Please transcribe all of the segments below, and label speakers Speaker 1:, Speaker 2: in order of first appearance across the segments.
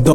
Speaker 1: Do-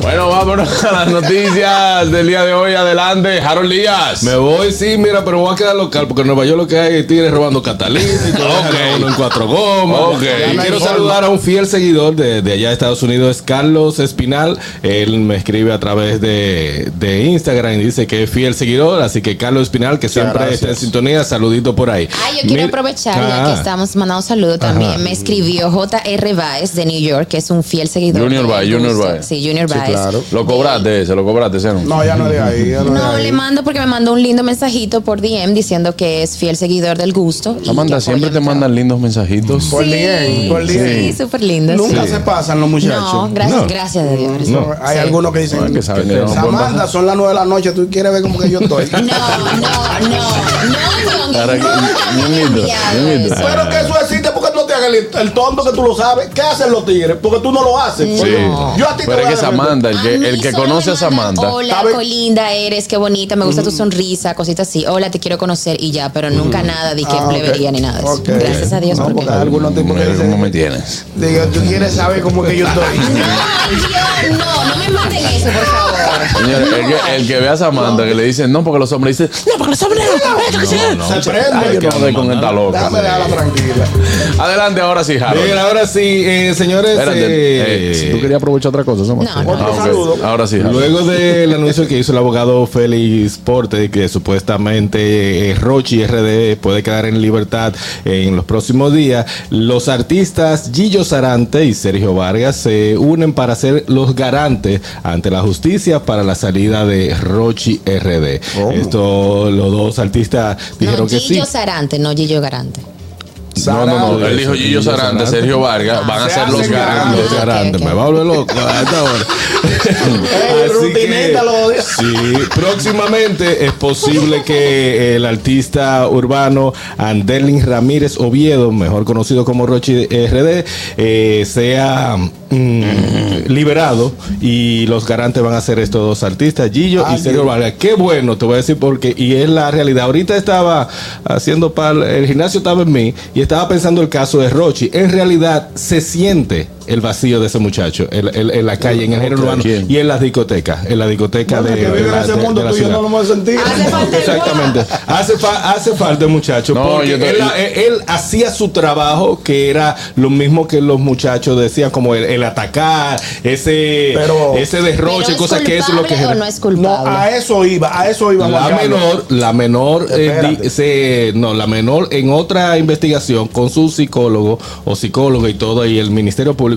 Speaker 2: Bueno, vámonos a las noticias del día de hoy. Adelante, Harold Díaz.
Speaker 3: Me voy, sí, mira, pero voy a quedar local porque en Nueva York lo que hay es tigres robando Catalina y todo
Speaker 2: Ok.
Speaker 3: uno en cuatro gomas.
Speaker 2: Ok.
Speaker 3: Y quiero saludar a un fiel seguidor de, de allá de Estados Unidos, es Carlos Espinal. Él me escribe a través de, de Instagram y dice que es fiel seguidor. Así que Carlos Espinal, que siempre está en sintonía, saludito por ahí.
Speaker 4: Ah, yo quiero
Speaker 3: Mira-
Speaker 4: aprovechar, ya
Speaker 3: Ah.
Speaker 4: que estamos mandando saludos también. Me escribió J.R. Baez de New York, que es un fiel seguidor.
Speaker 2: Junior
Speaker 4: de
Speaker 2: Baez, Junior
Speaker 4: Gusto.
Speaker 2: Baez.
Speaker 4: Sí, Junior Baez.
Speaker 2: Lo cobraste ese, lo cobraste ese. No.
Speaker 5: No, ya no de ahí. Ya no,
Speaker 4: No,
Speaker 5: de ahí.
Speaker 4: le mando porque me mandó un lindo mensajito por DM diciendo que es fiel seguidor del gusto. y
Speaker 2: Amanda,
Speaker 4: que
Speaker 2: siempre
Speaker 4: apoya
Speaker 2: te
Speaker 4: mi
Speaker 2: mandan lindos mensajitos.
Speaker 5: Por
Speaker 4: trabajo.
Speaker 5: DM, por
Speaker 4: Sí,
Speaker 5: DM.
Speaker 4: súper lindo. sí.
Speaker 5: Nunca se pasan los muchachos.
Speaker 4: No, gracias,
Speaker 3: No.
Speaker 4: gracias de Dios.
Speaker 5: No, Hay
Speaker 4: Sí.
Speaker 5: algunos que
Speaker 2: No, es
Speaker 5: dicen,
Speaker 2: que saben que no.
Speaker 5: Samantha, son las 9 de la noche, tú quieres ver cómo que yo estoy.
Speaker 4: No, no, no, no, Dios,
Speaker 2: Ahora que-
Speaker 4: nunca me han
Speaker 2: Ñonguito,
Speaker 4: enviado
Speaker 2: Ñonguito.
Speaker 4: eso.
Speaker 5: Pero que eso existe porque tú no te hagas el, el tonto que tú lo sabes. ¿Qué hacen los tigres? Porque tú no lo haces.
Speaker 4: Sí.
Speaker 5: Yo a ti te
Speaker 2: Pero es
Speaker 5: voy a defender.
Speaker 2: que Samantha, el que,
Speaker 4: A mí
Speaker 2: el que
Speaker 4: solo
Speaker 2: conoce
Speaker 4: me
Speaker 2: a
Speaker 4: mandan,
Speaker 2: Samantha.
Speaker 4: Hola,
Speaker 5: ¿Sabe?
Speaker 4: qué linda eres, qué bonita, me gusta tu sonrisa, cositas así. Hola, te quiero conocer y ya, pero nunca nada de que
Speaker 5: Ah, ok.
Speaker 4: plebería ni nada de eso.
Speaker 5: Ok.
Speaker 4: Gracias a Dios
Speaker 5: No,
Speaker 4: porque.
Speaker 5: porque hay algunos tipos que
Speaker 2: Mira
Speaker 5: dicen,
Speaker 2: ¿Cómo me tienes?
Speaker 5: digo, tú quieres saber cómo que yo estoy.
Speaker 4: Ay, Dios, no, no me manden eso, por favor.
Speaker 2: Señores, el que, el que ve a Samantha que le dicen no porque los hombres dicen no porque los hombres no, que se-
Speaker 5: Se
Speaker 2: Ay,
Speaker 5: prende.
Speaker 2: yo no doy con esta loca.
Speaker 5: Déjame dejarla tranquila.
Speaker 2: Adelante ahora sí, Harold.
Speaker 3: Mira, ahora sí, eh, señores.
Speaker 2: Ah, Espérate,
Speaker 3: eh,
Speaker 2: eh, si tú querías aprovechar otra cosa, Samantha.
Speaker 4: No, no.
Speaker 2: Ah, ok.
Speaker 5: Saludo.
Speaker 2: Ahora sí, Harold.
Speaker 3: Luego del anuncio que hizo el abogado Félix Porte, que supuestamente eh, Rochi RD puede quedar en libertad en los próximos días, los artistas Gillo Sarante y Sergio Vargas se unen para ser los garantes ante la justicia para la salida de Rochi RD.
Speaker 2: Oh.
Speaker 3: Esto, los dos artistas dijeron
Speaker 4: No,
Speaker 3: que sí.
Speaker 4: Gillo Sarante, no Gillo Garante.
Speaker 2: No, no, no. Él dijo Gillo Sarante, Sergio Vargas. Van a
Speaker 5: Se
Speaker 2: ser los
Speaker 5: hacen
Speaker 2: garantes.
Speaker 3: Los
Speaker 4: ok,
Speaker 3: garantes.
Speaker 4: ok.
Speaker 3: Me va a volver loco a esta hora.
Speaker 5: Ey,
Speaker 3: Así
Speaker 5: rutineta
Speaker 3: que-
Speaker 5: lo odia.
Speaker 3: Sí, próximamente es posible que eh, el artista urbano Anderlin Ramírez Oviedo, mejor conocido como Rochi RD, eh, sea mm, liberado y los garantes van a ser estos dos artistas, Gillo y
Speaker 5: Ay,
Speaker 3: Sergio
Speaker 5: Dios.
Speaker 3: Vargas. Qué bueno, te voy a decir porque y es la realidad. Ahorita estaba haciendo pal, el gimnasio estaba en mí y estaba pensando el caso de Rochi. En realidad se siente el vacío de ese muchacho en, en- en la calle, en el género urbano
Speaker 2: ¿Quién?
Speaker 3: y en las discotecas, en la discoteca
Speaker 5: Bueno,
Speaker 3: de,
Speaker 5: que
Speaker 3: de
Speaker 5: vive en
Speaker 3: la-
Speaker 5: ese
Speaker 3: de- de
Speaker 5: mundo
Speaker 3: la
Speaker 5: tú y yo
Speaker 3: ciudad.
Speaker 5: no lo hemos sentido.
Speaker 3: Exactamente. Hace, fa- hace falta el muchacho.
Speaker 2: No,
Speaker 3: porque
Speaker 2: yo te-
Speaker 3: él, eh, él hacía su trabajo que era lo mismo que los muchachos decían, como el, el atacar, ese,
Speaker 5: Pero-
Speaker 3: ese derroche,
Speaker 4: Pero,
Speaker 3: cosas que eso es lo que
Speaker 4: culpable o
Speaker 3: genera-
Speaker 4: no es
Speaker 5: No, a
Speaker 4: culpable?
Speaker 5: eso iba, a eso iba. Juan
Speaker 3: la
Speaker 5: Carlos.
Speaker 3: menor, la menor, eh,
Speaker 5: Espérate.
Speaker 3: di- se- no, la menor en otra investigación con su psicólogo o psicólogo y todo y el Ministerio Público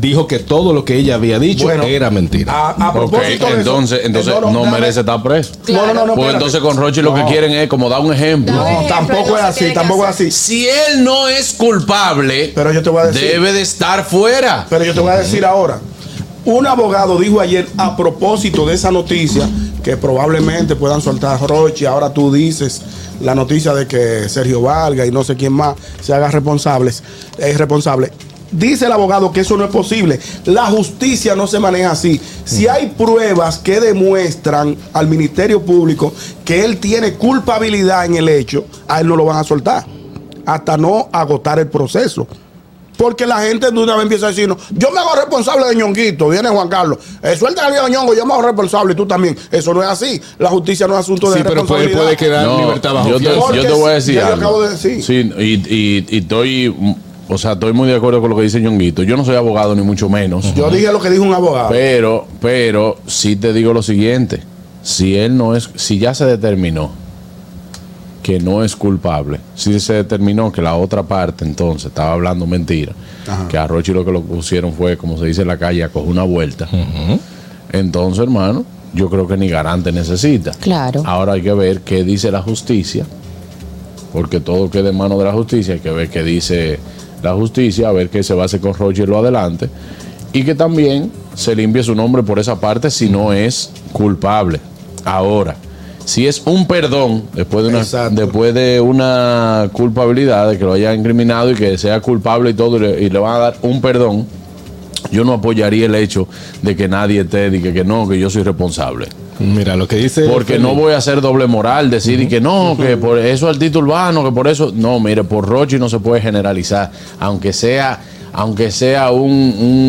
Speaker 3: dijo que todo lo que ella había dicho
Speaker 5: Bueno, ah,
Speaker 3: era mentira.
Speaker 5: A, a
Speaker 2: Ok,
Speaker 5: propósito de eso, eh,
Speaker 2: entonces, entonces
Speaker 5: no, no,
Speaker 2: no
Speaker 5: dame-
Speaker 2: merece estar preso.
Speaker 5: No, no, no, no.
Speaker 2: Porque
Speaker 5: espérate.
Speaker 2: entonces con Rochi lo que
Speaker 5: No.
Speaker 2: quieren es como dar un ejemplo.
Speaker 5: No, tampoco es así, tampoco es así.
Speaker 2: Si él no es culpable,
Speaker 5: Pero yo te voy a decir.
Speaker 2: debe de estar fuera.
Speaker 5: Pero yo te voy a decir ahora, un abogado dijo ayer a propósito de esa noticia que probablemente puedan soltar a Roche. Ahora tú dices la noticia de que Sergio Vargas y no sé quién más se haga responsables, es responsable. Dice el abogado que eso no es posible. La justicia no se maneja así. Si hay pruebas que demuestran al Ministerio Público que él tiene culpabilidad en el hecho, a él no lo van a soltar hasta no agotar el proceso. Porque la gente de una vez empieza a decirnos, yo me hago responsable de ñonguito, viene Juan Carlos, eh, suelta al viejo ñongo, yo me hago responsable y tú también. Eso no es así, la justicia no es asunto de
Speaker 3: Sí, pero puede,
Speaker 5: responsabilidad.
Speaker 3: puede quedar
Speaker 2: No,
Speaker 3: en libertad bajo
Speaker 2: yo, te,
Speaker 3: fianza.
Speaker 5: Porque
Speaker 2: yo te voy a decir.
Speaker 5: ya yo
Speaker 2: algo.
Speaker 5: acabo de decir.
Speaker 2: Sí, y, y- y estoy, mm, o sea, estoy muy de acuerdo con lo que dice Ñonguito. Yo no soy abogado, ni mucho menos.
Speaker 5: Yo dije lo que dijo un abogado.
Speaker 2: Pero, pero, sí te digo lo siguiente. Si él no es, si ya se determinó que no es culpable, si se determinó que la otra parte entonces estaba hablando mentira, que a Rochi lo que lo pusieron fue, como se dice en la calle, a coger una vuelta. Entonces, hermano, yo creo que ni garante necesita.
Speaker 4: Claro.
Speaker 2: Ahora hay que ver qué dice la justicia, porque todo queda en manos de la justicia. Hay que ver qué dice la justicia, a ver qué se va a hacer con Roger lo adelante. Y que también se limpie su nombre por esa parte si no es culpable. Ahora, si es un perdón después de una,
Speaker 5: Exacto.
Speaker 2: después de una culpabilidad, de que lo hayan incriminado y que sea culpable y todo, y le, y le van a dar un perdón, Yo no apoyaría el hecho de que nadie te diga que no, que yo soy responsable.
Speaker 3: Mira lo que dice.
Speaker 2: Porque
Speaker 3: Feli.
Speaker 2: no voy a hacer doble moral, decir y que no, que por eso artista urbano, que por eso. No, mire, por Rochi no se puede generalizar. Aunque sea, aunque sea un,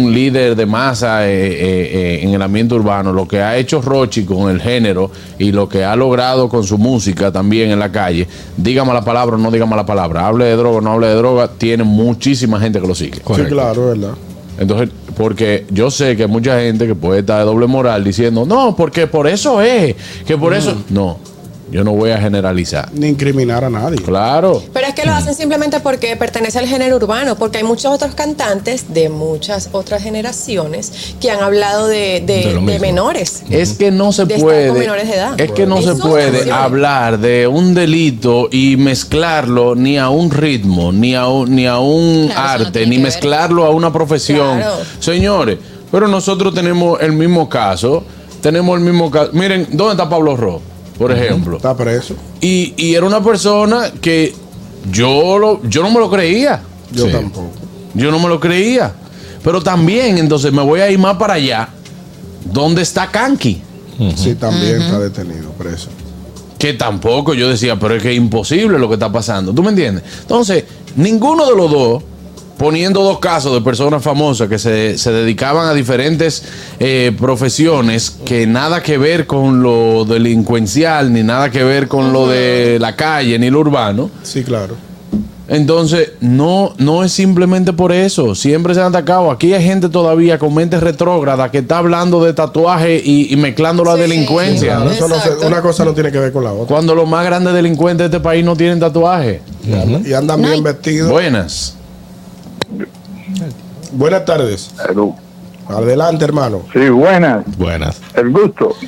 Speaker 2: un líder de masa eh, eh, eh, en el ambiente urbano, lo que ha hecho Rochi con el género y lo que ha logrado con su música también en la calle, dígame la palabra o no dígame la palabra, hable de droga o no hable de droga, tiene muchísima gente que lo sigue.
Speaker 3: Correcto.
Speaker 5: Sí, claro, es verdad.
Speaker 2: Entonces, porque yo sé que hay mucha gente que puede estar de doble moral diciendo, no, porque por eso es, que por eso. No, yo no voy a generalizar.
Speaker 5: Ni incriminar a nadie.
Speaker 2: Claro.
Speaker 6: Pero es
Speaker 3: Mm.
Speaker 6: que lo hacen simplemente porque pertenece al género urbano, porque hay muchos otros cantantes de muchas otras generaciones que han hablado de, de-
Speaker 3: De lo
Speaker 6: de
Speaker 3: mismo.
Speaker 6: menores.
Speaker 2: Es que no se
Speaker 6: De estar
Speaker 2: puede.
Speaker 6: con menores de edad.
Speaker 2: Es que no
Speaker 6: Es
Speaker 2: se
Speaker 6: una
Speaker 2: puede
Speaker 6: canción.
Speaker 2: hablar de un delito y mezclarlo ni a un ritmo, ni a un, ni a un
Speaker 4: Claro, eso no
Speaker 2: arte,
Speaker 4: tiene
Speaker 2: ni
Speaker 4: que ver.
Speaker 2: mezclarlo a una profesión.
Speaker 6: Claro.
Speaker 2: Señores, pero nosotros tenemos el mismo caso. Tenemos el mismo caso. Miren, ¿dónde está Pablo Ro? Por ejemplo.
Speaker 5: Está preso.
Speaker 2: Y, y era una persona que yo, lo- yo no me lo creía.
Speaker 5: Yo
Speaker 3: Sí.
Speaker 5: tampoco.
Speaker 2: Yo no me lo creía. Pero también, entonces me voy a ir más para allá. ¿Dónde está Kanki?
Speaker 5: Sí, también está detenido, preso.
Speaker 2: Que tampoco yo decía, pero es que es imposible lo que está pasando. ¿Tú me entiendes? Entonces, ninguno de los dos, poniendo dos casos de personas famosas que se, se dedicaban a diferentes eh, profesiones que nada que ver con lo delincuencial, ni nada que ver con lo de la calle, ni lo urbano.
Speaker 5: Sí, claro.
Speaker 2: Entonces, no, no es simplemente por eso. Siempre se han atacado. Aquí hay gente todavía con mentes retrógrada que está hablando de tatuaje y, y mezclando la
Speaker 6: Sí,
Speaker 2: delincuencia.
Speaker 5: Claro, eso no se-
Speaker 6: Exacto.
Speaker 5: una cosa no tiene que ver con la otra.
Speaker 2: Cuando los más grandes delincuentes de este país no tienen tatuaje.
Speaker 5: Y andan
Speaker 4: No,
Speaker 5: bien
Speaker 4: y-
Speaker 5: vestidos.
Speaker 2: Buenas.
Speaker 5: Buenas tardes.
Speaker 7: Hello.
Speaker 5: Adelante, hermano.
Speaker 7: Sí, buenas.
Speaker 3: Buenas.
Speaker 7: El gusto.
Speaker 5: El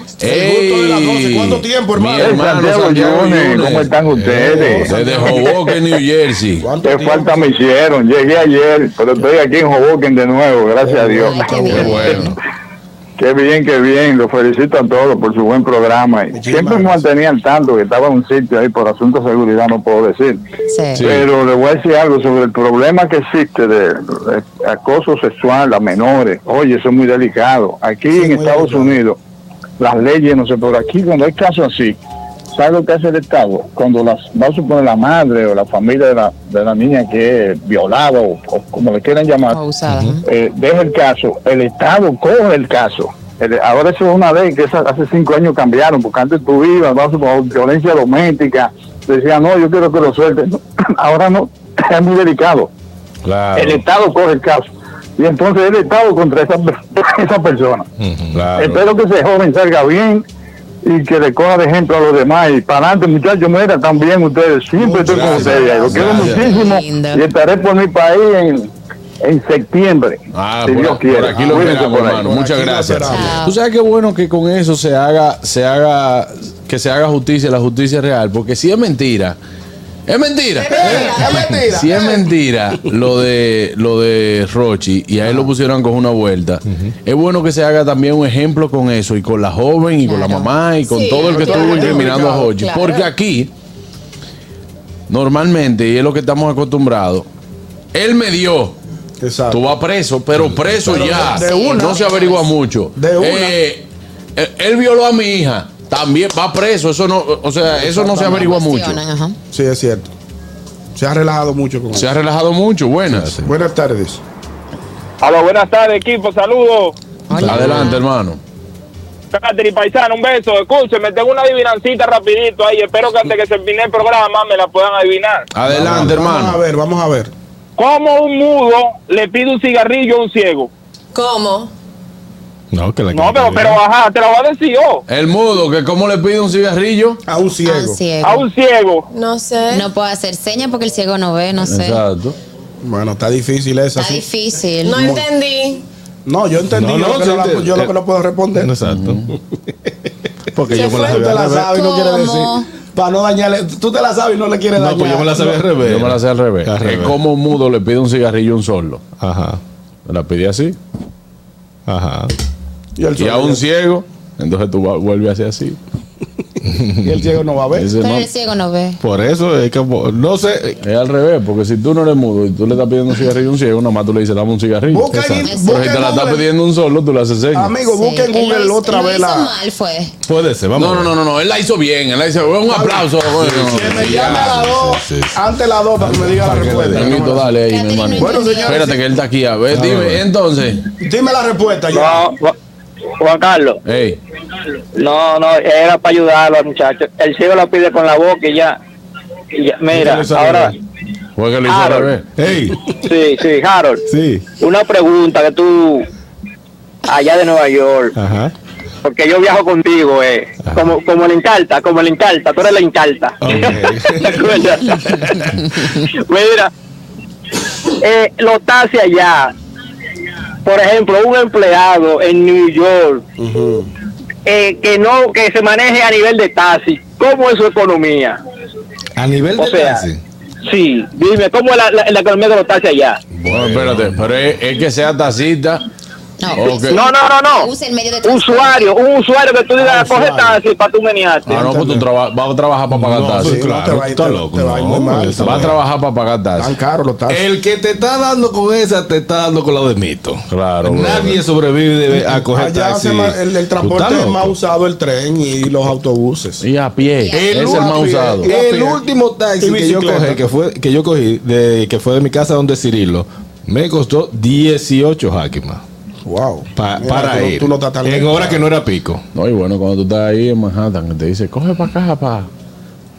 Speaker 5: gusto de las doce. ¿Cuánto tiempo, hermano?
Speaker 2: Mi
Speaker 7: Hey, Santiago
Speaker 2: Santiago
Speaker 7: Yunes,
Speaker 2: Yunes. Eh,
Speaker 7: ¿cómo están ustedes?
Speaker 2: Desde Hoboken, New Jersey.
Speaker 5: ¿Cuánto
Speaker 7: Qué
Speaker 5: tiempo?
Speaker 7: falta me hicieron. Llegué ayer, pero estoy aquí en Hoboken de nuevo, gracias a Dios.
Speaker 4: Ay, qué
Speaker 2: Qué
Speaker 4: bien.
Speaker 2: bueno.
Speaker 7: Qué bien, qué bien. Los felicito a todos por su buen programa. Y
Speaker 5: Muchísimas
Speaker 7: Siempre me
Speaker 5: gracias.
Speaker 7: mantenía al tanto que estaba en un sitio ahí por asuntos de seguridad, no puedo decir.
Speaker 4: Sí.
Speaker 7: Pero le voy a decir algo sobre el problema que existe de, de acoso sexual a menores. Oye, eso es muy delicado. Aquí en
Speaker 5: muy
Speaker 7: Estados
Speaker 5: delicado.
Speaker 7: Unidos, las leyes, no sé, pero aquí cuando hay casos así, ¿sabe lo que hace el Estado? Cuando las, va a suponer la madre o la familia de la, de la niña que es violada o, o como le quieran llamar,
Speaker 4: Abusada.
Speaker 7: eh, deja el caso, el Estado coge el caso. El- ahora eso es una ley que esa- hace cinco años cambiaron, porque antes tú ibas, vas por violencia doméstica, decían, no, yo quiero que lo suelten. No, ahora no, es muy delicado.
Speaker 2: Claro.
Speaker 7: El Estado coge el caso. Y entonces el Estado contra esa, per- esa persona.
Speaker 2: claro.
Speaker 7: Espero que ese joven salga bien y que le coja de ejemplo a los demás. Y para adelante, muchachos, mira, también ustedes. Siempre estoy con
Speaker 3: Gracias,
Speaker 7: ustedes. Lo quiero
Speaker 3: gracias.
Speaker 7: muchísimo.
Speaker 4: Lindo.
Speaker 7: Y estaré por mi país en, en septiembre.
Speaker 2: Ah,
Speaker 7: si
Speaker 2: por,
Speaker 7: Dios
Speaker 2: por
Speaker 7: quiere.
Speaker 2: aquí lo
Speaker 7: Cuídense
Speaker 2: esperamos,
Speaker 7: por ahí.
Speaker 2: hermano.
Speaker 5: Por
Speaker 2: Muchas
Speaker 5: aquí lo
Speaker 2: gracias.
Speaker 5: esperamos.
Speaker 2: Tú sabes qué bueno que con eso se haga, se haga, que se haga justicia, la justicia real, porque si es mentira, es mentira. Eh,
Speaker 5: Es mentira.
Speaker 2: Si es mentira lo de lo de Rochi y a él lo pusieron con una vuelta, es bueno que se haga también un ejemplo con eso y con la joven y con la
Speaker 4: Claro.
Speaker 2: mamá y con
Speaker 6: Sí,
Speaker 2: todo el que
Speaker 6: claro,
Speaker 2: estuvo incriminando a
Speaker 5: claro,
Speaker 2: Rochi,
Speaker 6: claro.
Speaker 2: porque aquí normalmente y es lo que estamos acostumbrados. Él me dio,
Speaker 5: Exacto.
Speaker 2: tú vas preso, pero preso
Speaker 5: Pero
Speaker 2: ya.
Speaker 5: de- de una.
Speaker 2: no se averigua mucho.
Speaker 5: De una.
Speaker 2: Eh, eh, él violó a mi hija, también va preso, eso no, o sea, eso no se averigua mucho.
Speaker 4: Cuestionan, ajá.
Speaker 5: Sí, es cierto. Se ha relajado mucho con
Speaker 2: Se
Speaker 5: eso.
Speaker 2: ha relajado mucho, buenas.
Speaker 5: Buenas tardes.
Speaker 8: Aló, buenas tardes, equipo, saludos.
Speaker 4: Hola.
Speaker 2: Adelante, hermano.
Speaker 8: Catherine Paisano, un beso. Escúcheme, tengo una adivinancita rapidito ahí. Espero que antes que se termine el programa me la puedan adivinar.
Speaker 2: Adelante,
Speaker 5: Vamos a
Speaker 2: hermano.
Speaker 5: ver, vamos a ver.
Speaker 8: ¿Cómo un mudo le pide un cigarrillo a un ciego?
Speaker 6: ¿Cómo?
Speaker 3: No, que la
Speaker 8: No, pero, pero ajá, te lo voy a decir yo.
Speaker 2: El mudo, que cómo le pide un cigarrillo.
Speaker 5: A un ciego.
Speaker 4: Ah, un ciego.
Speaker 8: A un ciego.
Speaker 6: No sé.
Speaker 4: No puedo hacer señas porque el ciego no ve, no sé.
Speaker 2: Exacto.
Speaker 5: Bueno, está difícil esa.
Speaker 4: Está
Speaker 5: sí.
Speaker 4: difícil.
Speaker 6: No entendí.
Speaker 5: No, yo entendí.
Speaker 3: No,
Speaker 5: yo
Speaker 3: no,
Speaker 5: lo que
Speaker 3: sí, Eh,
Speaker 5: no la-
Speaker 3: te-
Speaker 5: yo lo
Speaker 3: te-
Speaker 5: que no puedo responder.
Speaker 3: Exacto. Porque
Speaker 6: Se
Speaker 3: yo me la
Speaker 6: fue,
Speaker 3: sabía
Speaker 5: Tú te la
Speaker 3: al revés.
Speaker 5: sabes y no quieres
Speaker 4: ¿Cómo?
Speaker 5: decir. Para no dañarle. Tú te la sabes y no le quieres
Speaker 3: No,
Speaker 5: dañar.
Speaker 3: pues yo me la sabía al
Speaker 2: Yo
Speaker 3: revés.
Speaker 2: me la sé al revés.
Speaker 3: Al revés.
Speaker 2: Es como un mudo le pide un cigarrillo a un sordo.
Speaker 3: Ajá.
Speaker 2: Me la pide así.
Speaker 3: Ajá.
Speaker 5: Y, el
Speaker 2: Y a
Speaker 5: sonido.
Speaker 2: un ciego. Entonces tú va- vuelves a hacer así.
Speaker 5: y el ciego no va a ver.
Speaker 2: Ese
Speaker 4: Pero
Speaker 2: no-
Speaker 4: el ciego no ve.
Speaker 3: Por eso es que no sé.
Speaker 2: es al revés, porque si tú no eres mudo y tú le estás pidiendo un cigarrillo a un ciego, nomás tú le dices, dame un cigarrillo.
Speaker 5: Busca en-
Speaker 2: Exacto.
Speaker 5: busca
Speaker 2: Pero si
Speaker 5: en
Speaker 2: te la estás
Speaker 5: Google.
Speaker 2: pidiendo un solo, tú le haces señas.
Speaker 5: Amigo,
Speaker 4: Sí,
Speaker 5: busca en
Speaker 4: él
Speaker 5: Google
Speaker 4: lo hizo-
Speaker 5: otra
Speaker 4: lo
Speaker 5: vez
Speaker 4: hizo
Speaker 5: la.
Speaker 4: mal fue.
Speaker 3: Puede ser, vamos.
Speaker 2: No, no, no, no, no, él la hizo bien, él la hizo bien. Un aplauso. coño.
Speaker 5: Que me llame a las dos,
Speaker 3: sí, sí, sí.
Speaker 5: antes de las dos, para que me diga la respuesta.
Speaker 2: Hermanito, dale ahí, mi
Speaker 4: Catherine,
Speaker 2: hermano.
Speaker 4: no
Speaker 5: Bueno,
Speaker 4: entendió.
Speaker 5: señores,
Speaker 2: Espérate que él está aquí. A ver, dime, entonces.
Speaker 5: Dime la respuesta ya.
Speaker 9: No, Ju- Juan Carlos,
Speaker 2: Ey,
Speaker 9: no, no, era para ayudarlo al muchacho. El ciego lo pide con la boca y ya. Y ya. Mira,
Speaker 3: Mira, esa
Speaker 9: ahora,
Speaker 3: verdad.
Speaker 2: fue que lo hizo al
Speaker 9: Harold.
Speaker 2: revés.
Speaker 3: Ey,
Speaker 9: sí, sí, Harold,
Speaker 3: sí.
Speaker 9: una pregunta que tú, allá de Nueva York,
Speaker 3: Ajá.
Speaker 9: porque yo viajo contigo, eh, como, como el Encarta, como el Encarta, tú eres el Encarta.
Speaker 3: Ok.
Speaker 9: ¿Te acuerdas? Mira, eh, los taxis allá, por ejemplo, un empleado en New York eh, que no que se maneje a nivel de taxi, ¿cómo es su economía?
Speaker 3: A nivel
Speaker 9: O
Speaker 3: de
Speaker 9: sea,
Speaker 3: clase.
Speaker 9: sí, dime, ¿cómo es la, la- la economía de los taxis allá?
Speaker 2: Bueno, espérate, pero es, es que sea tacita.
Speaker 4: No.
Speaker 2: Ok.
Speaker 9: No, no, no, no.
Speaker 4: Usa el medio de
Speaker 9: Un
Speaker 4: transporte.
Speaker 9: usuario, un usuario que tú digas, coge
Speaker 5: usuario.
Speaker 9: taxi para tú menearte.
Speaker 2: Ah, no, pues tú traba- vas a trabajar para pagar
Speaker 3: No,
Speaker 2: taxi.
Speaker 5: sí,
Speaker 3: sí,
Speaker 5: no, te
Speaker 3: pues claro,
Speaker 5: va a ir-
Speaker 3: está
Speaker 5: te-
Speaker 3: loco.
Speaker 5: te va a ir muy
Speaker 3: No, pues,
Speaker 5: mal.
Speaker 3: esa
Speaker 2: Vas a
Speaker 3: vaina.
Speaker 2: trabajar para pagar
Speaker 5: Tan
Speaker 2: taxi.
Speaker 5: caro los taxis.
Speaker 3: El que te está dando con esa, te está dando con la de mito.
Speaker 2: Claro,
Speaker 3: Nadie sobrevive a coger
Speaker 5: Allá
Speaker 3: taxi.
Speaker 5: se ma- el, el
Speaker 3: Tú
Speaker 5: transporte
Speaker 3: estás
Speaker 5: es más
Speaker 3: loco.
Speaker 5: usado el tren y los autobuses.
Speaker 2: Y a pie.
Speaker 4: El
Speaker 2: es el
Speaker 5: a
Speaker 2: más
Speaker 5: pie. Y-
Speaker 2: usado.
Speaker 3: El
Speaker 5: Rápido.
Speaker 3: último taxi
Speaker 5: Y
Speaker 3: que yo
Speaker 5: bicicleta.
Speaker 3: cogí, que fue, que yo cogí de, que fue de mi casa donde Cirilo, me costó 18 jaques más.
Speaker 5: Wow.
Speaker 3: pa-
Speaker 5: Mira,
Speaker 3: para
Speaker 5: tú no-
Speaker 3: ir.
Speaker 5: Tú no estás tan
Speaker 3: en
Speaker 5: lejos.
Speaker 3: hora que no era pico.
Speaker 2: No, y bueno, cuando tú estás ahí en Manhattan, que te dice, coge para acá,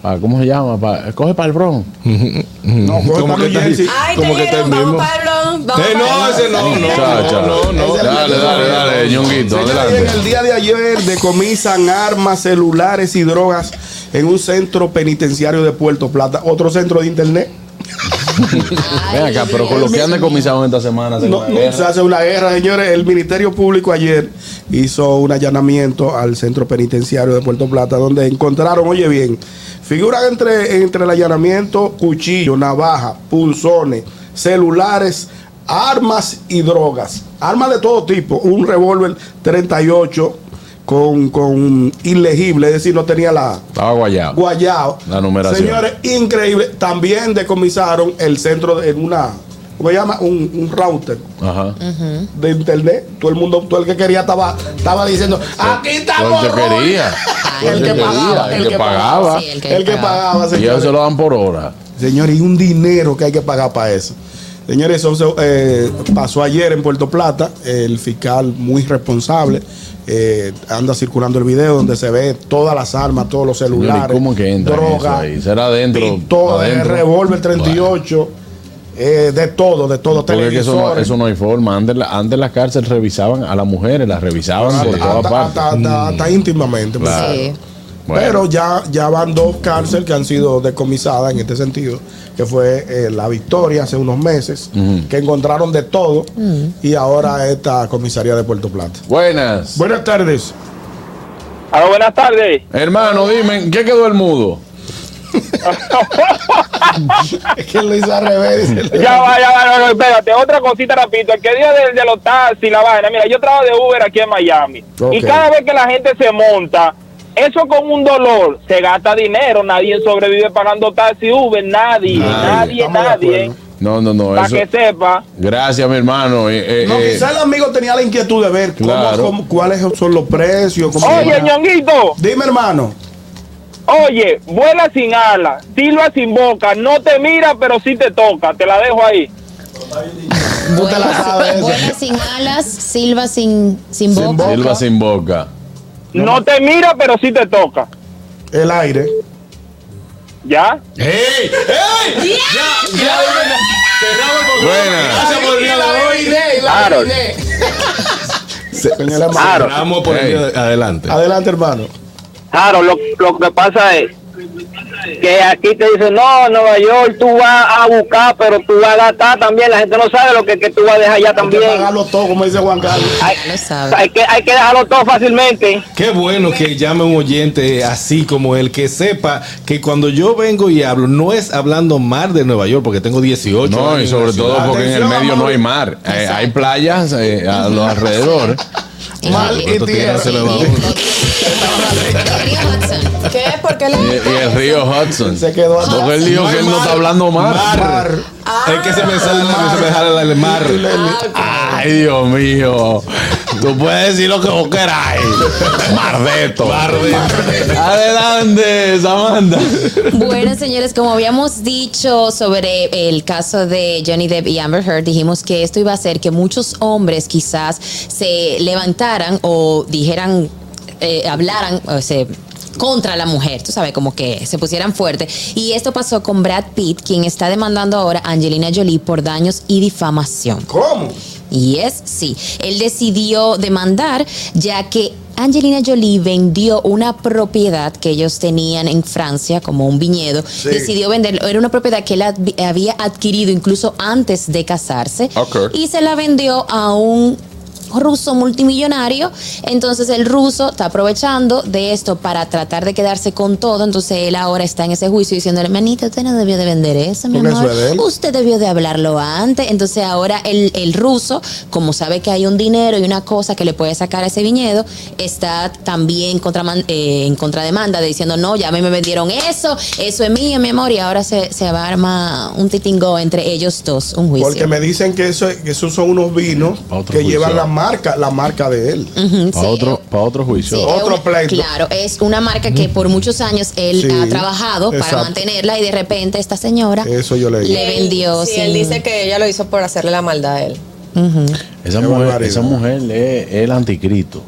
Speaker 2: para. ¿Cómo se llama? Pa- coge para el Bronx.
Speaker 5: No, coge
Speaker 3: Como
Speaker 5: para
Speaker 3: que
Speaker 5: New
Speaker 3: está-
Speaker 5: Jersey.
Speaker 10: Ay, te
Speaker 3: Como que está el
Speaker 10: vieron, vamos
Speaker 3: mismo.
Speaker 10: Pablo, vamos
Speaker 3: Eh, no,
Speaker 10: Pablo.
Speaker 3: ese no, no,
Speaker 2: Chao,
Speaker 3: no,
Speaker 2: chao.
Speaker 3: no, no.
Speaker 5: Ese
Speaker 2: Dale, dale, dale, ñonguito,
Speaker 5: Señores, En el
Speaker 2: adelante.
Speaker 5: día de ayer decomisan armas, celulares y drogas en un centro penitenciario de Puerto Plata, otro centro de internet.
Speaker 4: Ay,
Speaker 2: Ven acá, pero con lo que
Speaker 4: Dios
Speaker 2: han
Speaker 4: mío.
Speaker 2: decomisado esta semana, se
Speaker 5: No,
Speaker 2: van a ver.
Speaker 5: no se hace una guerra, señores. El Ministerio Público ayer hizo un allanamiento al centro penitenciario de Puerto Plata, donde encontraron, oye bien, figuran entre, entre el allanamiento cuchillo, navaja, punzones, celulares, armas y drogas. Armas de todo tipo, un revólver 38 con, con ilegible, es decir, no tenía la,
Speaker 2: Estaba guayado.
Speaker 5: Guayao.
Speaker 2: La numeración.
Speaker 5: Señores, increíble. También decomisaron el centro de en una, ¿cómo se llama? Un, un router
Speaker 2: Ajá.
Speaker 5: de internet. Todo el mundo, todo el que quería estaba, estaba diciendo, aquí está
Speaker 2: Todo el que
Speaker 5: Borrón".
Speaker 2: quería.
Speaker 4: El
Speaker 5: El
Speaker 4: que
Speaker 5: que pagaba.
Speaker 2: quería, el que pagaba.
Speaker 4: Sí,
Speaker 5: El que, pagaba,
Speaker 2: Y ellos se
Speaker 5: señores.
Speaker 2: lo dan por hora.
Speaker 5: Señores, y un dinero que hay que pagar para eso. Señores, eso se- eh, pasó ayer en Puerto Plata. El fiscal muy responsable. eh, anda circulando el video donde se ve todas las armas, todos los
Speaker 2: Señores,
Speaker 5: celulares,
Speaker 2: ¿y ¿Cómo que entra
Speaker 5: droga,
Speaker 2: eso ahí? ¿Será adentro?
Speaker 5: pistola, el
Speaker 2: adentro?
Speaker 5: revólver 38, eh, de todo, de todo,
Speaker 2: Porque es que eso no,
Speaker 5: televisores.
Speaker 2: eso no hay forma. Antes, la- antes las cárceles revisaban a las mujeres, las revisaban
Speaker 5: hasta,
Speaker 2: por todas
Speaker 5: hasta-
Speaker 2: partes.
Speaker 5: hasta- hasta-
Speaker 2: Mm.
Speaker 5: hasta íntimamente. pues.
Speaker 4: Sí.
Speaker 2: Bueno.
Speaker 5: Pero ya, ya van dos cárceles que han sido decomisadas en este sentido, que fue eh, la Victoria hace unos meses, que encontraron de todo,
Speaker 11: Mm.
Speaker 5: y ahora esta comisaría de Puerto Plata.
Speaker 2: Buenas.
Speaker 5: Buenas tardes.
Speaker 11: Aló, buenas tardes.
Speaker 2: Hermano, dime, ¿en ¿qué quedó el mudo?
Speaker 5: Es que lo hizo al revés. dice.
Speaker 11: Ya va, ya va, no, no, espérate. Otra cosita rapidito. El que día del de los taxis, la vaina. Mira, yo trabajo de Uber aquí en Miami.
Speaker 5: Ok.
Speaker 11: Y cada vez que la gente se monta, eso con un dolor, se gasta dinero. Nadie sobrevive pagando taxi Uber. Nadie, nadie,
Speaker 5: Estamos de
Speaker 11: nadie.
Speaker 5: acuerdo.
Speaker 2: No, no, no.
Speaker 11: Para
Speaker 2: Eso,
Speaker 11: que sepa.
Speaker 2: gracias, mi hermano. eh, eh,
Speaker 5: No,
Speaker 2: eh,
Speaker 5: quizá el amigo tenía la inquietud de ver cómo-
Speaker 2: Claro.
Speaker 5: cómo- cuáles son los precios. cómo se
Speaker 11: Oye,
Speaker 5: llama.
Speaker 11: ñonguito.
Speaker 5: Dime, hermano.
Speaker 11: Oye, vuela sin alas, silba sin boca, no te mira, pero sí te toca. Te la dejo ahí.
Speaker 5: Tú te la sabes esa.
Speaker 4: Vuela sin alas, silba sin, sin
Speaker 5: Sin
Speaker 4: boca.
Speaker 2: Silva sin boca.
Speaker 11: No te mira, pero sí te toca.
Speaker 5: El aire.
Speaker 11: ¿Ya?
Speaker 3: ¡Ey! ¡Ey! Ya, ya, ya. Cerramos el programa.
Speaker 2: Buenas.
Speaker 3: Gracias por el día de hoy.
Speaker 9: Harold,
Speaker 5: Señora Mar-
Speaker 9: Claro.
Speaker 3: Cerramos por el día de- Adelante.
Speaker 5: Adelante, hermano.
Speaker 9: Claro, lo, lo que pasa es que aquí te dicen, no, en Nueva York tú vas a buscar, pero tú vas a gastar también. La gente no sabe lo que, que tú vas a dejar allá
Speaker 5: Hay que
Speaker 9: también.
Speaker 5: pagarlo todo, como dice Juan Carlos.
Speaker 9: Hay,
Speaker 4: Ya lo sabe.
Speaker 9: hay que, hay que dejarlo todo fácilmente.
Speaker 3: Qué bueno que llame un oyente así como él, que sepa que cuando yo vengo y hablo, no es hablando mar de Nueva York, porque tengo 18
Speaker 2: No,
Speaker 3: años en
Speaker 2: y
Speaker 3: la
Speaker 2: sobre todo
Speaker 3: ciudad.
Speaker 2: porque en el
Speaker 5: Atención,
Speaker 2: medio
Speaker 5: amor.
Speaker 2: no hay mar. Eh, hay playas eh, a los alrededores.
Speaker 5: Mal y
Speaker 3: Esto tierra
Speaker 5: tierra.
Speaker 3: se le va a uno.
Speaker 4: El río Hudson.
Speaker 6: ¿Qué? ¿Por qué le.?
Speaker 2: Y, eh, y el río Hudson.
Speaker 5: Se quedó atrás.
Speaker 2: Porque él dijo
Speaker 5: No hay
Speaker 2: que él no
Speaker 5: mar.
Speaker 2: está hablando mal.
Speaker 5: Mar.
Speaker 6: Ah,
Speaker 3: Es que se me sale, se me jala el mar.
Speaker 2: Ay, Dios mío. Tú puedes decir lo que vos queráis. Mardeto. Adelante, Samantha.
Speaker 4: Bueno, señores, como habíamos dicho sobre el caso de Johnny Depp y Amber Heard, dijimos que esto iba a hacer que muchos hombres quizás se levantaran o dijeran, eh, hablaran, o se contra la mujer, tú sabes, como que se pusieran fuerte. Y esto pasó con Brad Pitt, quien está demandando ahora a Angelina Jolie por daños y difamación.
Speaker 5: ¿Cómo?
Speaker 4: Y es sí. Él decidió demandar ya que Angelina Jolie vendió una propiedad que ellos tenían en Francia como un viñedo. Decidió venderlo. Era una propiedad que él advi- había adquirido incluso antes de casarse.
Speaker 2: Ok.
Speaker 4: Y se la vendió a un ruso multimillonario, entonces el ruso está aprovechando de esto para tratar de quedarse con todo, entonces él ahora está en ese juicio diciéndole, manita, usted no debió de vender eso, mi
Speaker 5: Porque
Speaker 4: amor,
Speaker 5: eso es de él".
Speaker 4: usted debió de hablarlo antes, entonces ahora el, el ruso, como sabe que hay un dinero y una cosa que le puede sacar a ese viñedo, está también contra, en contrademanda de diciendo, no, ya a mí me vendieron eso, eso es mío, mi amor, y ahora se, se va a armar un titingo entre ellos dos, un juicio.
Speaker 5: Porque me dicen que, eso, que esos son unos vinos
Speaker 2: Otro
Speaker 5: que
Speaker 2: juicio.
Speaker 5: llevan la marca, la marca de él.
Speaker 4: Ujú, sí,
Speaker 2: Para otro, pa' otro juicio.
Speaker 4: Sí,
Speaker 5: Otro
Speaker 4: es una-
Speaker 5: pleito.
Speaker 4: Claro, es una marca que por muchos años él
Speaker 5: Sí,
Speaker 4: ha trabajado
Speaker 5: exacto.
Speaker 4: para mantenerla y de repente esta señora
Speaker 5: Eso yo leí.
Speaker 4: le vendió.
Speaker 6: Sí,
Speaker 4: sin-
Speaker 6: él dice que ella lo hizo por hacerle la maldad a él.
Speaker 4: Ujú.
Speaker 2: Esa
Speaker 5: Qué
Speaker 2: mujer,
Speaker 5: barbaridad.
Speaker 2: esa mujer es el anticristo.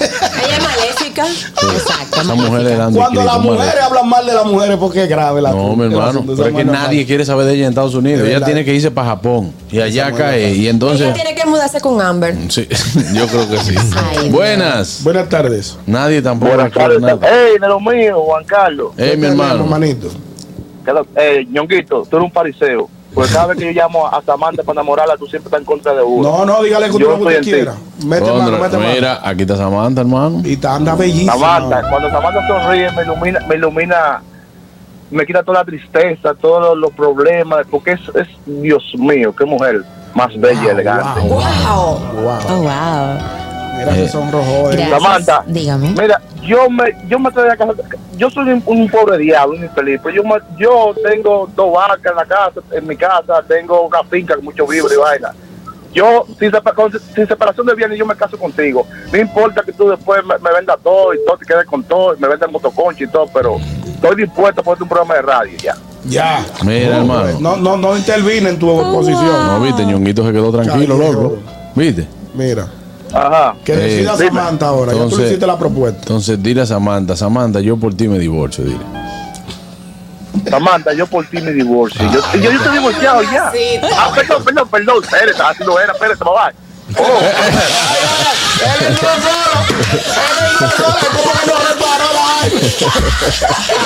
Speaker 6: Ella es maléfica.
Speaker 4: Exacto.
Speaker 2: Esa mujer es el anticristo.
Speaker 5: Cuando las
Speaker 2: madre.
Speaker 5: mujeres hablan mal de las mujeres, porque es grave la
Speaker 2: No, mi
Speaker 5: el
Speaker 2: hermano,
Speaker 5: asunto de
Speaker 2: pero es
Speaker 5: esa
Speaker 2: que
Speaker 5: mano,
Speaker 2: nadie quiere saber de ella en Estados Unidos.
Speaker 5: De
Speaker 2: Ella
Speaker 5: verdad.
Speaker 2: tiene que irse para Japón y allá
Speaker 5: mujer
Speaker 2: cae.
Speaker 5: está-
Speaker 2: Y
Speaker 6: Ella
Speaker 2: entonces,
Speaker 6: tiene que mudarse con Amber.
Speaker 2: sí, yo creo que sí.
Speaker 4: Ay, Dios.
Speaker 2: Buenas.
Speaker 5: Buenas tardes.
Speaker 2: Nadie tampoco.
Speaker 7: Buenas
Speaker 2: quiere
Speaker 7: tardes.
Speaker 2: nada.
Speaker 7: Ey, de lo mío, Juan Carlos.
Speaker 2: Eh, mi
Speaker 5: ¿Qué tenemos,
Speaker 2: hermano.
Speaker 5: manito?
Speaker 7: Que lo- Eh, Ñonguito, tú eres un pariseo. Porque cada vez que yo llamo a Samantha para enamorarla, tú siempre estás en contra de uno.
Speaker 5: No, no, dígale que
Speaker 7: Yo
Speaker 5: usted lo que
Speaker 7: estoy
Speaker 5: usted
Speaker 7: en
Speaker 5: quiera. Mete mano, mete
Speaker 2: Contra-
Speaker 5: mano.
Speaker 2: Mira, aquí está Samantha, hermano.
Speaker 5: Y está, anda
Speaker 7: Samantha,
Speaker 5: bellísima.
Speaker 7: cuando Samantha sonríe, me ilumina, me ilumina, me quita toda la tristeza, todos los, los problemas, porque es, es, Dios mío, qué mujer más bella y elegante.
Speaker 5: Wow,
Speaker 6: ¡Wow!
Speaker 5: Ah, wow.
Speaker 4: Oh, wow.
Speaker 5: Mira que
Speaker 2: Eh.
Speaker 5: son rojos.
Speaker 4: Gracias.
Speaker 7: Samantha,
Speaker 4: Dígame.
Speaker 7: Mira, yo me, yo me estoy a casa, yo soy un, un pobre diablo, un infeliz, pero yo, me- yo tengo dos vacas en la casa, en mi casa, tengo una finca con mucho vibro y vaina. Yo, sin, sepa- con- sin separación de bienes, yo me caso contigo. No importa que tú después me, me vendas todo y todo, te quedes con todo, y me vendas el motoconcho y todo, pero estoy dispuesto a ponerte un programa de radio ya.
Speaker 5: Ya.
Speaker 2: Mira, hermano.
Speaker 5: No, no, no intervine en tu posición.
Speaker 2: No, viste, Ñonguito se quedó tranquilo,
Speaker 5: Callejero.
Speaker 2: loco. ¿Viste?
Speaker 5: Mira.
Speaker 7: Ajá.
Speaker 5: Que
Speaker 2: Eh,
Speaker 5: decida
Speaker 7: dime.
Speaker 5: Samantha ahora. ya tú le
Speaker 2: Entonces-
Speaker 5: hiciste la propuesta.
Speaker 2: Entonces, dile a Samantha, Samantha, yo por ti me divorcio, dile.
Speaker 7: Samantha, yo por ti me divorcio. Yo, yo, yo estoy divorciado ya.
Speaker 6: Diosito.
Speaker 7: Ah, perdón, perdón, perdón. Espérate, así no era, espérate, mamá.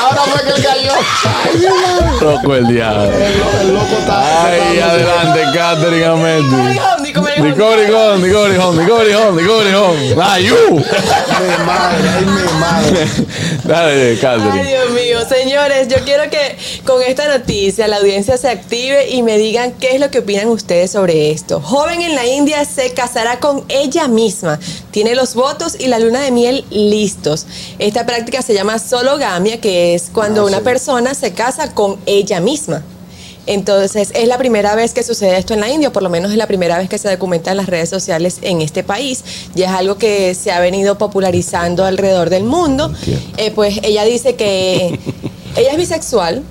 Speaker 5: Ahora fue que él cayó.
Speaker 2: Loco el diablo.
Speaker 5: El loco está.
Speaker 2: Ay, adelante, Catherine Amendi. Nicori Hon, Nicori Hon, Nicori Hon, Nicori Hon. Ayú.
Speaker 5: Mi madre, ay, mi madre.
Speaker 2: Dale,
Speaker 6: Ay,
Speaker 2: Catherine.
Speaker 6: Dios mío, señores, yo quiero que con esta noticia la audiencia se active y me digan qué es lo que opinan ustedes sobre esto. Joven en la India se casará con ella misma. Tiene los votos y la luna de miel listos. Esta práctica se llama sologamia, que es cuando una persona se casa con ella misma. Entonces, es la primera vez que sucede esto en la India, o por lo menos es la primera vez que se documenta en las redes sociales en este país. Ya es algo que se ha venido popularizando alrededor del mundo. Eh, pues ella dice que ella es bisexual.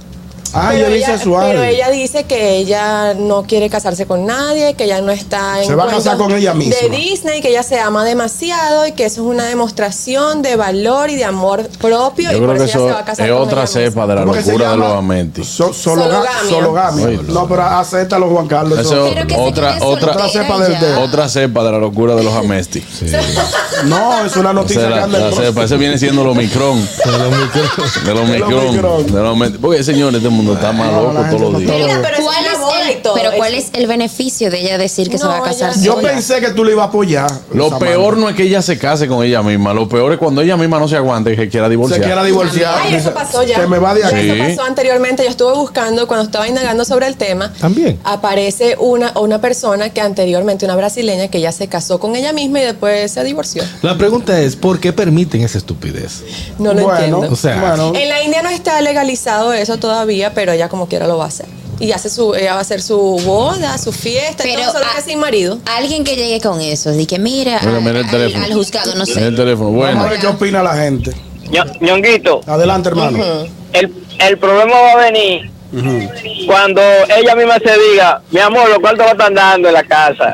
Speaker 5: Ay,
Speaker 6: pero
Speaker 5: él Ah, es
Speaker 6: pero
Speaker 5: suave.
Speaker 6: ella dice que ella no quiere casarse con nadie, que ella no está en
Speaker 5: Se va a casar
Speaker 6: cuentos
Speaker 5: con ella misma.
Speaker 6: De Disney, que ella se ama demasiado y que eso es una demostración de valor y de amor propio. y
Speaker 2: Yo
Speaker 6: por
Speaker 2: creo que
Speaker 6: ella se va
Speaker 2: eso
Speaker 6: a casar
Speaker 2: es
Speaker 6: con
Speaker 2: otra
Speaker 6: ella misma.
Speaker 2: cepa de la
Speaker 5: ¿Cómo que se
Speaker 2: locura de
Speaker 5: llama?
Speaker 2: los Amenti.
Speaker 5: So- sologa-
Speaker 6: Sologamia.
Speaker 5: sologamia.
Speaker 2: Ay,
Speaker 5: No, pero acéptalo, Juan Carlos.
Speaker 2: Eso-
Speaker 5: eso-
Speaker 4: Pero que
Speaker 2: Otra-
Speaker 4: se quede
Speaker 2: otra-
Speaker 4: soltera
Speaker 5: Otra cepa del
Speaker 4: ya.
Speaker 5: té.
Speaker 2: Otra cepa de la locura de los Amesti.
Speaker 5: No, es una
Speaker 2: O sea,
Speaker 5: noticia que
Speaker 2: la-
Speaker 5: anda
Speaker 2: la
Speaker 5: en
Speaker 2: cepa, ese viene siendo el Omicron. De los
Speaker 5: Omicron.
Speaker 2: Omicron. De los Omicron. Porque, señores, este mundo está más
Speaker 5: No, la
Speaker 2: loco
Speaker 5: gente
Speaker 2: todos los
Speaker 5: no
Speaker 2: días.
Speaker 5: está-
Speaker 6: Mira,
Speaker 5: Pero
Speaker 6: pero es
Speaker 4: ¿Cuál
Speaker 6: una
Speaker 4: es
Speaker 6: boda.
Speaker 4: el
Speaker 6: y todo.
Speaker 4: pero ¿cuál
Speaker 6: eso.
Speaker 4: es el beneficio de ella decir que se
Speaker 6: No,
Speaker 4: va a casar
Speaker 6: ella-
Speaker 5: Yo
Speaker 4: sola?
Speaker 5: pensé que tú le ibas a apoyar.
Speaker 2: Lo
Speaker 5: Samantha.
Speaker 2: peor no es que ella se case con ella misma, lo peor es cuando ella misma no se aguante y se quiera
Speaker 5: Se
Speaker 2: divorciar.
Speaker 5: quiera divorciar.
Speaker 6: Ay, eso
Speaker 5: dice,
Speaker 6: pasó ya.
Speaker 5: Se me va de
Speaker 6: Ya
Speaker 5: aquí.
Speaker 2: Sí.
Speaker 6: Eso pasó anteriormente. Yo estuve buscando, cuando estaba indagando sobre el tema,
Speaker 3: También.
Speaker 6: aparece una, una persona que anteriormente, una brasileña, que ya se casó con ella misma y después se divorció.
Speaker 3: La pregunta es, ¿por qué permiten esa estupidez?
Speaker 6: No lo
Speaker 5: Bueno,
Speaker 6: entiendo.
Speaker 3: O sea,
Speaker 5: bueno.
Speaker 6: En la India no está legalizado eso todavía, pero ella como quiera lo va a hacer. Y hace su, ella va a hacer su boda, su fiesta, y
Speaker 4: Pero
Speaker 6: todo, solo
Speaker 4: a-
Speaker 6: que sin marido.
Speaker 4: Alguien que llegue con eso, de que mira,
Speaker 2: Mira,
Speaker 4: al-
Speaker 2: mira el
Speaker 4: al-
Speaker 2: teléfono.
Speaker 4: al juzgado, no sé.
Speaker 2: Mira el teléfono. Bueno.
Speaker 5: Vamos a ver qué opina la gente.
Speaker 8: Ño- Ñonguito,
Speaker 5: Adelante, hermano.
Speaker 8: el, el problema va a venir cuando ella misma se diga, mi amor, los cuartos están dando en la casa.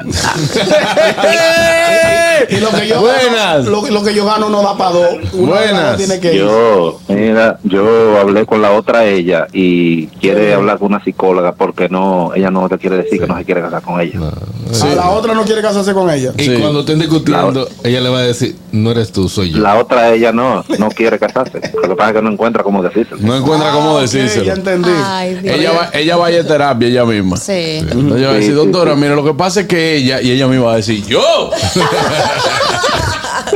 Speaker 5: Y lo que yo
Speaker 2: Buenas.
Speaker 5: gano, lo, lo que yo gano no da para dos. Una
Speaker 2: Buenas.
Speaker 5: gana Tiene que ir.
Speaker 12: Yo, mira, yo hablé con la otra ella y quiere hablar con una psicóloga porque no, ella no te quiere decir que no se quiere casar con ella.
Speaker 5: A la otra no quiere casarse con ella.
Speaker 3: Y
Speaker 2: Sí.
Speaker 3: cuando estén discutiendo, ella le va a decir, no eres tú, soy yo.
Speaker 12: La otra ella no, no quiere casarse. Lo que pasa es que no encuentra cómo decírselo.
Speaker 2: No encuentra
Speaker 5: Ah,
Speaker 2: cómo
Speaker 5: ok,
Speaker 2: decírselo.
Speaker 5: ya entendí.
Speaker 4: Ay, Dios.
Speaker 2: Ella va, ella va a ir a terapia ella misma.
Speaker 4: Sí.
Speaker 2: Entonces ella va a decir,
Speaker 12: Sí, sí,
Speaker 2: doctora,
Speaker 12: sí.
Speaker 2: mira, lo que pasa es que ella, y ella misma va a decir, yo.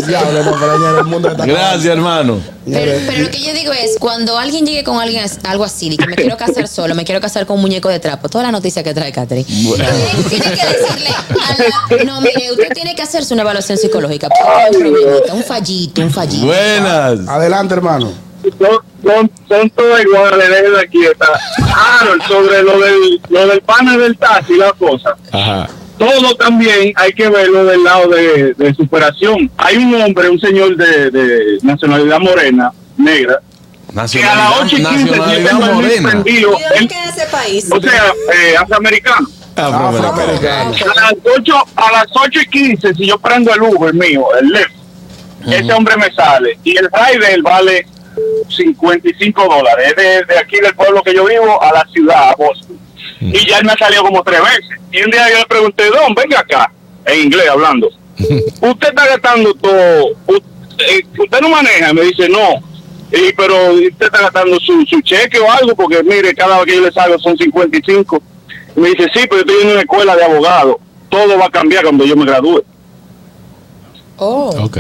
Speaker 5: Ya, no, pero ya el mundo está
Speaker 2: Gracias, hermano.
Speaker 4: Pero, pero lo que yo digo es, cuando alguien llegue con alguien as- algo así, de que me quiero casar solo, me quiero casar con un muñeco de trapo, toda la noticia que trae Catherine, tiene que decirle, a la- no, mire, usted tiene que hacerse una evaluación psicológica, porque hay un problemita, un fallito, un fallito.
Speaker 2: Buenas.
Speaker 5: Adelante, hermano.
Speaker 8: son, son, son todos iguales, déjenla quieta. Harold, sobre lo del, lo del pana del taxi, la cosa.
Speaker 3: Ajá.
Speaker 8: Todo también hay que verlo del lado de, de superación. Hay un hombre, un señor de, de nacionalidad morena, negra, que a las 8 y 15 tiene
Speaker 2: nacionalidad
Speaker 8: el mismo
Speaker 2: morena.
Speaker 6: ¿Y
Speaker 8: prendido.
Speaker 6: dónde
Speaker 8: Él-
Speaker 6: queda ese país?
Speaker 8: o sea, eh, afroamericano.
Speaker 5: Ah, Afroamericano.
Speaker 8: A las 8, a las 8 y 15, si yo prendo el Uber mío, el Lyft, ese hombre me sale. Y el ride de él vale 55 dólares. Es de, de aquí del pueblo que yo vivo a la ciudad, a Boston. Y ya él me ha salido como tres veces. Y un día yo le pregunté, Don, venga acá, en inglés hablando. usted está gastando todo. u- eh, Usted no maneja. Me dice, no. Y, pero usted está gastando su, su cheque o algo, porque mire, cada vez que yo le salgo son 55. Y me dice, sí, pero yo estoy en una escuela de abogado. Todo va a cambiar cuando yo me gradúe.
Speaker 6: Oh.
Speaker 3: Ok.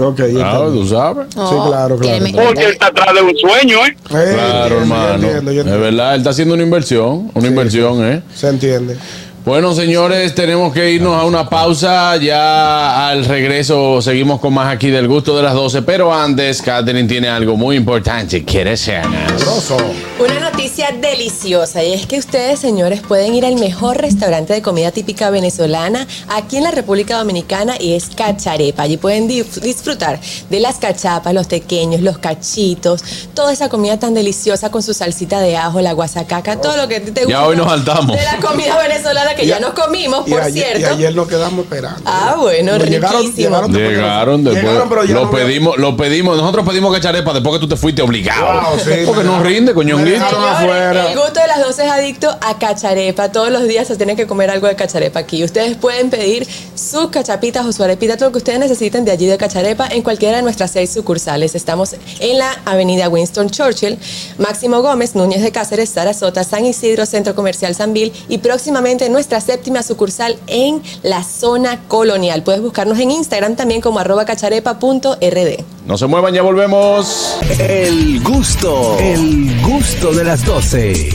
Speaker 5: Ok, ya
Speaker 2: Claro,
Speaker 5: entendí.
Speaker 2: Ah, tú sabes.
Speaker 5: Sí, claro, claro.
Speaker 4: tiene-
Speaker 8: Porque él está atrás de un sueño, ¿eh?
Speaker 5: Eh,
Speaker 2: Claro,
Speaker 5: entiendo, yo
Speaker 2: hermano.
Speaker 5: entiendo, yo
Speaker 2: Es
Speaker 5: entiendo.
Speaker 2: verdad, él está haciendo una inversión, una inversión, ¿eh?
Speaker 5: Se entiende.
Speaker 2: Bueno, señores, tenemos que irnos a una pausa. Ya al regreso seguimos con más aquí del gusto de las 12. Pero antes, Katherine tiene algo muy importante. ¿Quieres ser?
Speaker 5: Grosso.
Speaker 6: Una noticia deliciosa y es que ustedes, señores, pueden ir al mejor restaurante de comida típica venezolana aquí en la República Dominicana y es Cacharepa. Allí pueden dif- disfrutar de las cachapas, los tequeños, los cachitos, toda esa comida tan deliciosa con su salsita de ajo, la guasacaca, todo lo que te gusta.
Speaker 2: hoy nos saltamos.
Speaker 6: De la comida venezolana que
Speaker 5: Y
Speaker 6: ya
Speaker 5: a-
Speaker 6: nos comimos,
Speaker 5: Y
Speaker 6: por
Speaker 5: ayer-
Speaker 6: cierto.
Speaker 5: Y ayer nos quedamos esperando.
Speaker 6: Ah, bueno,
Speaker 5: Pero llegaron-
Speaker 6: riquísimo.
Speaker 5: llegaron-
Speaker 2: Llegaron después.
Speaker 5: Llegaron, pero ya
Speaker 2: lo
Speaker 5: no me-
Speaker 2: pedimos, lo pedimos. Nosotros pedimos cacharepa después que tú te fuiste obligado.
Speaker 5: Wow, sí,
Speaker 2: Porque
Speaker 5: me
Speaker 2: no
Speaker 5: dejaron-
Speaker 2: rinde, coñonguito.
Speaker 5: me dejaron
Speaker 6: Señores,
Speaker 5: afuera.
Speaker 6: El gusto de las 12 es adicto a cacharepa. Todos los días se tienen que comer algo de cacharepa aquí. Ustedes pueden pedir sus cachapitas o su arepita, todo lo que ustedes necesiten de allí de cacharepa en cualquiera de nuestras seis sucursales. Estamos en la avenida Winston Churchill, Máximo Gómez, Núñez de Cáceres, Sarasota, San Isidro, Centro Comercial Sanvil y próximamente nuestra séptima sucursal en la zona colonial. Puedes buscarnos en Instagram también como arroba cacharepa.rd.
Speaker 2: No se muevan, ya volvemos.
Speaker 1: El gusto, el gusto de las 12.